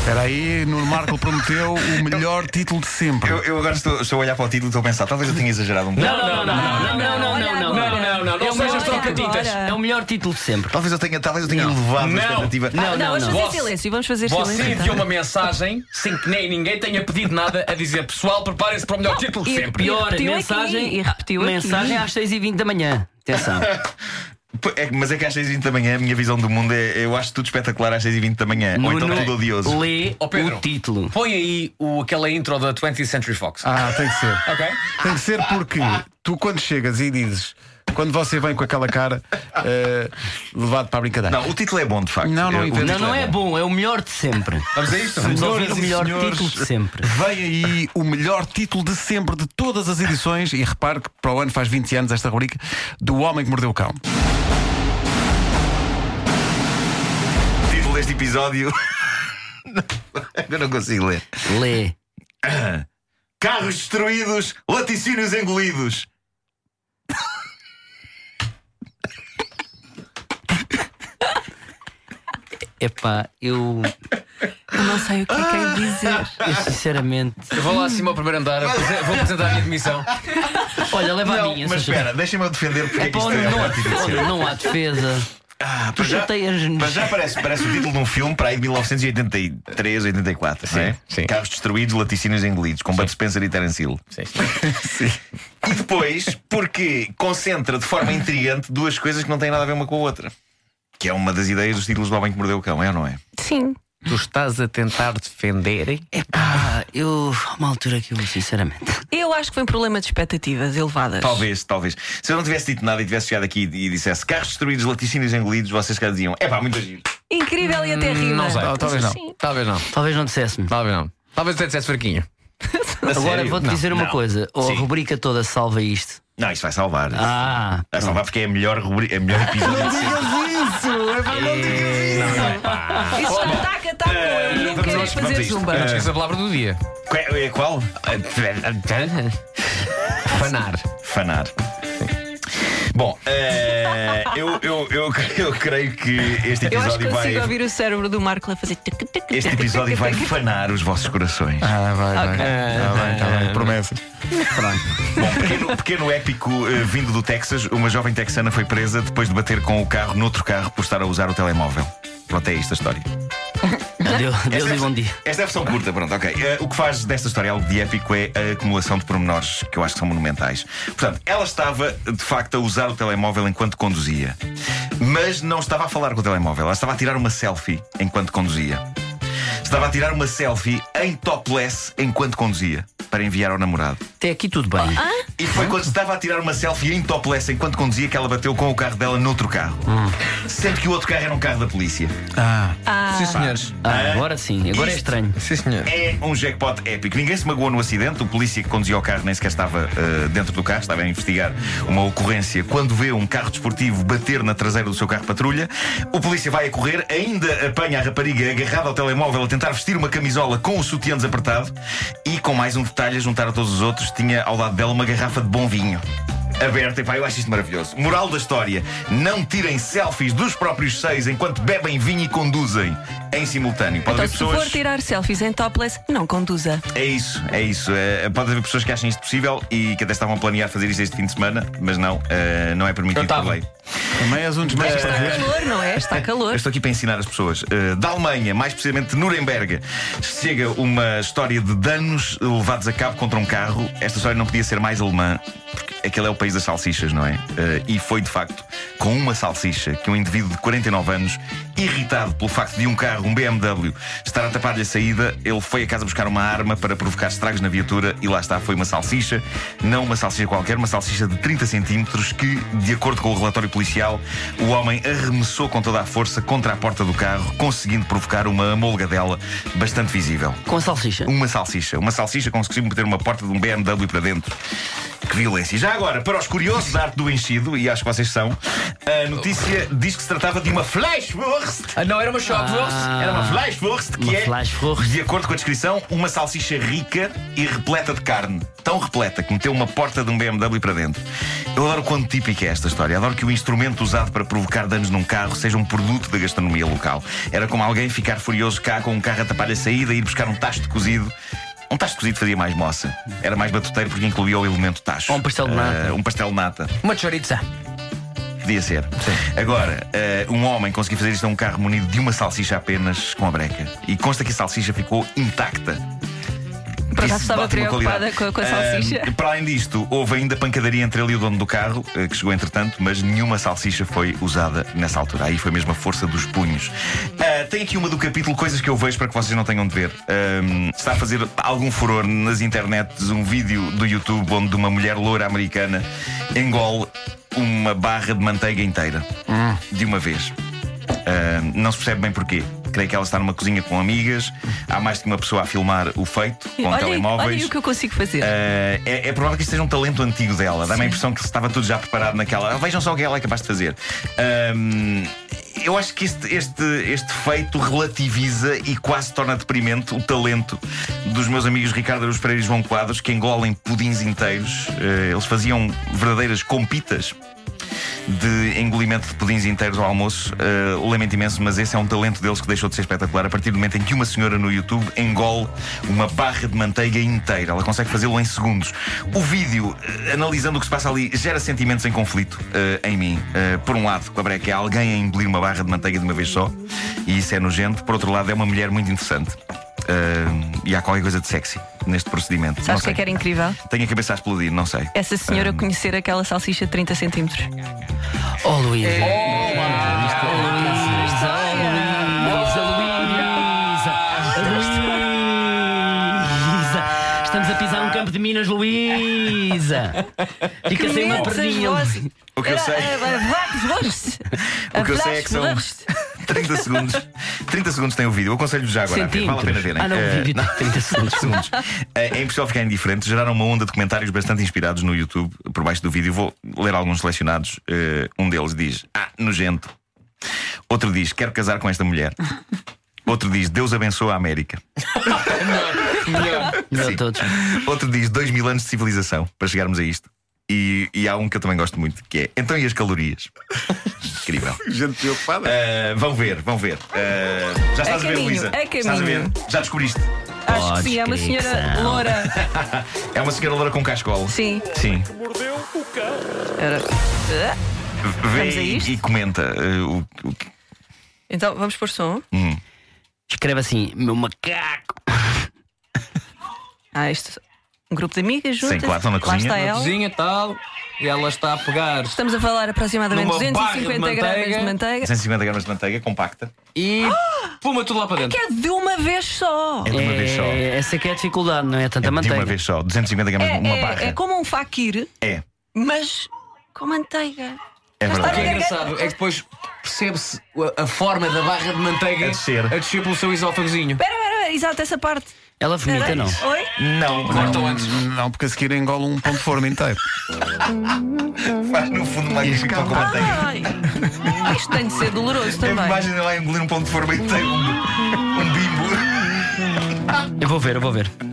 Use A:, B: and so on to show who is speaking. A: Espera aí, Nuno Marco prometeu o melhor título de sempre.
B: Eu, eu agora estou, estou a olhar para o título e estou a pensar, talvez eu tenha exagerado um pouco.
C: Não, não, não, não, não, não, não, não, não, não, não, não, não sejas trocatitas. É o melhor título de sempre.
B: Talvez eu tenha, talvez eu tenha
C: Não.
B: elevado
C: Não.
B: a expectativa.
C: Não,
D: não,
C: não,
D: vamos
C: não.
D: fazer
C: Você-
D: silêncio, vamos fazer
C: Você
D: silêncio. então.
C: enviou uma mensagem sem que nem ninguém tenha pedido nada a dizer pessoal, preparem-se para o melhor título de
D: e
C: sempre.
D: pior,
C: Pior.
D: Repetiu aqui,
E: mensagem,
D: e repetiu aqui.
E: mensagem às 6h20 da manhã. Atenção.
B: P- é que- mas é que às 6h20 da manhã a minha visão do mundo é. Eu acho tudo espetacular às 6h20 da manhã. Ou então
E: Nuno,
B: tudo odioso.
E: Lê
C: Ó, Pedro.
E: o título.
C: Põe aí o, aquela intro da 20th Century Fox.
A: Ah, tem que ser.
C: Ok?
A: Tem que ser porque tu, quando chegas e dizes, quando você vem com aquela cara, eh, levado para a brincadeira.
B: Não, o título é bom, de facto.
A: Não, não
B: Eu- o
A: inventes.
B: título
E: Não, não é bom, é o melhor de sempre.
C: Vamos a isto?
E: Vamos ouvir
A: Senhoras
E: o
A: e
E: melhor
A: senhores,
E: título de sempre.
A: Vem aí o melhor título de sempre de todas as edições, e repare que para o ano faz 20 anos esta rubrica, do Homem que Mordeu o Cão.
B: O título deste episódio. eu não consigo ler.
E: Lê.
B: Carros destruídos, laticínios engolidos.
E: Epá, eu,
D: Eu não sei o que é que é dizer.
E: eu sinceramente.
C: Eu vou lá acima ao primeiro andar, apresen- vou apresentar a minha demissão.
E: Olha, leva a
B: Não,
E: minha.
B: mas
E: seja-
B: espera, deixa-me eu defender porque
E: É
B: é que
E: pá,
B: isto
E: onde
B: é
E: não, há
B: ótimo de
E: onde
B: ser.
E: não há defesa.
B: Ah, para já,
E: Chateias-
B: para já parece, parece o título de um filme para aí de 1983, 84, não é? Carros destruídos, laticínios engolidos, com Bud Spencer e Terence Hill. E depois, porque concentra de forma intrigante duas coisas que não têm nada a ver uma com a outra. Que é uma das ideias dos títulos do Homem que Mordeu o Cão, é ou não é?
D: Sim.
C: Tu estás a tentar defender?
E: Epá, Ah, eu. Há uma altura que eu, sinceramente.
D: Eu acho que foi um problema de expectativas elevadas.
B: Talvez, talvez. Se eu não tivesse dito nada e tivesse chegado aqui e dissesse carros destruídos, laticínios engolidos, vocês cá diziam: é pá, muito giro.
D: Incrível e até rima.
C: Hum, Não sei.
A: Tal- Talvez não.
D: Sim.
C: Talvez não.
E: Talvez não dissesse-me.
C: Talvez não. Talvez até dissesse fraquinho.
B: A
E: Agora
B: sério?
E: vou-te
B: Não,
E: dizer uma
B: não.
E: coisa. Ou a
B: Sim.
E: rubrica toda salva isto.
B: Não, isso vai salvar.
E: Ah,
B: Vai salvar porque é a melhor, rubri... é a melhor episódio de sempre.
A: Isso! É para não
D: Isso está taca, taca.
C: É,
B: vamos
D: Eu nunca
B: a
D: irei
B: isto, vamos
D: fazer
B: a isto.
D: zumba.
C: Não esqueça a palavra do dia.
B: Qual- é Qual?
C: Fanar.
B: Fanar. Bom, eh, eu, eu, eu, eu creio que este
D: Eu acho
B: episódio
D: que consigo
B: vai.
D: ouvir o cérebro do Marco a fazer. tic, tic, tic,
B: Este
D: tic,
B: episódio
D: tic,
B: vai
D: tic.
B: fanar os vossos corações. Ah.
A: Ah, vai, vai. Está bem, está bem. Promessas.
B: Bom, pequeno, pequeno épico eh, vindo do Texas, uma jovem texana foi presa depois de bater com o carro noutro carro por estar a usar o telemóvel. Pronto, é isto a história.
E: adeus, adeus
B: Esta é-
E: e bom dia.
B: Esta é a versão curta, pronto, ok. Eh, o que faz desta história algo de épico é a acumulação de pormenores que eu acho que são monumentais. Portanto, ela estava de facto a usar o telemóvel enquanto conduzia, mas não estava a falar com o telemóvel, ela estava a tirar uma selfie enquanto conduzia. Estava a tirar uma selfie em topless enquanto conduzia para enviar ao namorado.
E: Até aqui tudo bem.
B: E foi quando estava a tirar uma selfie em topless enquanto conduzia que ela bateu com o carro dela noutro carro.
E: Hum.
B: Sendo que o outro carro era um carro da polícia.
C: Sim, senhores.
E: Ah, agora sim, agora é
B: Isto-
E: estranho.
C: Sim, senhor.
B: É um jackpot épico. Ninguém se magoou no acidente. O polícia que conduzia o carro nem sequer estava eh, dentro do carro, estava a investigar uma ocorrência. Quando vê um carro desportivo bater na traseira do seu carro patrulha, o polícia vai a correr, ainda apanha a rapariga agarrada ao telemóvel a tentar vestir uma camisola com o sutiã desapertado e, com mais um detalhe a juntar a todos os outros, tinha ao lado dela uma garrafa de bom vinho. Aberta, e pá, eu acho isto maravilhoso. Moral da história: não tirem selfies dos próprios seis enquanto bebem vinho e conduzem em simultâneo. Pode
D: Então,
B: haver
D: se for tirar selfies em topless, não conduza.
B: é isso, é isso. Eh, pode haver pessoas que achem isto possível e que até estavam a planear fazer isto este fim de semana, mas não, eh, não é permitido
C: Eu tava.
B: por lei.
A: Também és um dos mais.
D: Está calor, não é? Está
B: Eu
D: calor.
B: estou aqui para ensinar as pessoas. Eh, da Alemanha, mais precisamente de Nuremberg, chega uma história de danos levados a cabo contra um carro. Esta história não podia ser mais alemã, porque aquele é o país das salsichas, não é? Eh, e foi, de facto, com uma salsicha que um indivíduo de 49 anos, irritado pelo facto de um carro, um BMW, estar a tapar-lhe a saída, ele foi a casa buscar uma arma para provocar estragos na viatura e lá está, foi uma salsicha. Não uma salsicha qualquer, uma salsicha de 30 centímetros que, de acordo com o relatório policial, o homem arremessou com toda a força contra a porta do carro, conseguindo provocar uma amolgadela bastante visível.
E: Com a salsicha.
B: Uma salsicha. Uma salsicha conseguiu meter uma porta de um BMW para dentro. Que violência. Já agora, para os curiosos da arte do enchido, e acho que vocês são, a notícia diz que se tratava de uma flashwurst.
C: Ah, não, era uma Schockwurst.
B: Era uma flashwurst que
E: Ah. Uma
B: é,
E: Fleischwurst.
B: de acordo com a descrição, uma salsicha rica e repleta de carne. Tão repleta que meteu uma porta de um BMW para dentro. Eu adoro quão típica é esta história. Adoro que o instrumento usado para provocar danos num carro seja um produto da gastronomia local. Era como alguém ficar furioso cá com um carro a tapar a saída e ir buscar um tacho de cozido. Um tacho de cozido fazia mais moça. Era mais batuteiro porque incluía o elemento tacho.
E: Ou um pastel de nata.
B: Ah, um pastel de nata.
C: Uma chorizza.
B: Podia ser. Agora, eh, um homem conseguiu fazer isto a um carro munido de uma salsicha apenas com a breca. E consta que a salsicha ficou intacta. Isso
D: Por acaso
B: de
D: estava
B: ótima
D: preocupada
B: qualidade.
D: com a, com a
B: Ah,
D: salsicha.
B: para além disto, houve ainda pancadaria entre ele e o dono do carro, eh, que chegou entretanto, mas nenhuma salsicha foi usada nessa altura. Aí foi mesmo a força dos punhos. Ah, tem aqui uma do capítulo Coisas que eu vejo para que vocês não tenham de ver. Ahm, está a fazer algum furor nas internets um vídeo do YouTube onde uma mulher loura americana engole uma barra de manteiga inteira de uma vez. Ah, não se percebe bem porquê. Creio que ela está numa cozinha com amigas, há mais de uma pessoa a filmar o feito
C: é um
B: com
D: olha, aí-
B: telemóveis.
D: olha aí o que eu consigo fazer.
B: Uh, é, é provável que isto seja um talento antigo dela. Dá-me a impressão que estava tudo já preparado naquela. Ah, Vejam só o que ela é capaz de fazer. Um, eu acho que este, este, este feito relativiza e quase torna deprimente o talento dos meus amigos Ricardo Aruz Pereira e João Quadros, que engolem pudins inteiros. Uh, eles faziam verdadeiras compitas de engolimento de pudins inteiros ao almoço. Uh, lamento imenso, mas esse é um talento deles que deixou de ser espetacular a partir do momento em que uma senhora no YouTube engole uma barra de manteiga inteira. Ela consegue fazê-lo em segundos. O vídeo, uh, analisando o que se passa ali, gera sentimentos em conflito uh, em mim. Uh, por um lado, com a breca, é alguém a engolir uma barra de manteiga de uma vez só, e isso é nojento. Por outro lado, é uma mulher muito interessante. Uh, e há qualquer coisa de sexy neste procedimento. Não
D: Sabes o que
B: sei.
D: é que era incrível?
B: Tenho a cabeça a explodir, não sei.
D: Essa
B: Ah.
D: senhora conhecer aquela salsicha de 30 centímetros.
E: Oh, é Luís. Ah, Luísa, Luísa, Luísa. Estamos a pisar um campo de minas, Luísa. Fica sem uma perninha. Luísa.
B: O que eu sei.
D: eh,
B: O que eu sei é que são 30 segundos. 30 segundos tem o vídeo. Eu aconselho-vos já agora. a ver. Vale a pena
E: Centímetros.
B: verem.
E: Ah, não,
B: Eh,
E: o vídeo tem 30 segundos.
B: segundos. Eh, é impossível ficar indiferente. Geraram uma onda de comentários bastante inspirados no YouTube por baixo do vídeo. Vou ler alguns selecionados. Eh, um deles diz: Ah, nojento. Outro diz: Quero casar com esta mulher. Outro diz: Deus abençoa a América.
E: Não, todos.
B: Outro diz: dois mil anos de civilização para chegarmos a isto. E, e há um que eu também gosto muito, que é Então e as calorias? Incrível.
A: Gente preocupada.
B: Eh, vão ver, vão ver. Eh, já estás
D: É
B: a ver,
D: caminho,
B: Luísa?
D: é
B: Estás a ver?
D: caminho.
B: Já descobriste.
D: Acho que sim, é uma
E: Podes,
D: senhora
E: querido.
D: loura.
B: É uma senhora loura com cascola.
D: Sim.
B: Sim.
D: Era- Ah,
B: Vê
D: Vamos a
B: e-
D: isto?
B: e comenta eh, o, o que-
D: Então vamos pôr som.
E: Escreve assim, meu macaco.
D: Ah, isto. Um grupo de amigas juntas.
B: Sim, claro, estão na
D: Lá
B: cozinha.
D: está
B: Na
D: ela.
C: Cozinha e tal. E ela está a pegar.
D: Estamos a falar aproximadamente
C: Numa barra de
D: 250 gramas de
C: manteiga.
D: manteiga.
B: 150 gramas de manteiga compacta.
C: E puma tudo lá para dentro.
D: Que é de uma vez só.
B: É de uma vez só.
E: É, essa que é a dificuldade, não é tanta
B: É de
E: manteiga.
B: uma vez só. 250 gramas,
D: É,
B: uma
D: é-
B: barra.
D: é como um faquir,
B: É,
D: mas com manteiga.
B: é
C: O que é
B: verdade.
C: engraçado é que depois percebe-se a, a forma da barra de manteiga
B: A descer.
C: a descer pelo seu esófagozinho.
D: Espera, espera, espera, exato, essa parte.
E: Ela vomita, não.
D: Oi?
B: Não,
C: Cortam
B: não.
C: antes.
A: Não, porque a seguir engola um pão de forma inteiro.
B: Faz no fundo uma magnífico com manteiga.
D: Ai, isto tem de ser doloroso
B: É uma
D: Ah, também.
B: imagem dela a engolir um pão de forma inteiro. Um, um bimbo.
E: Eu vou ver, eu vou ver.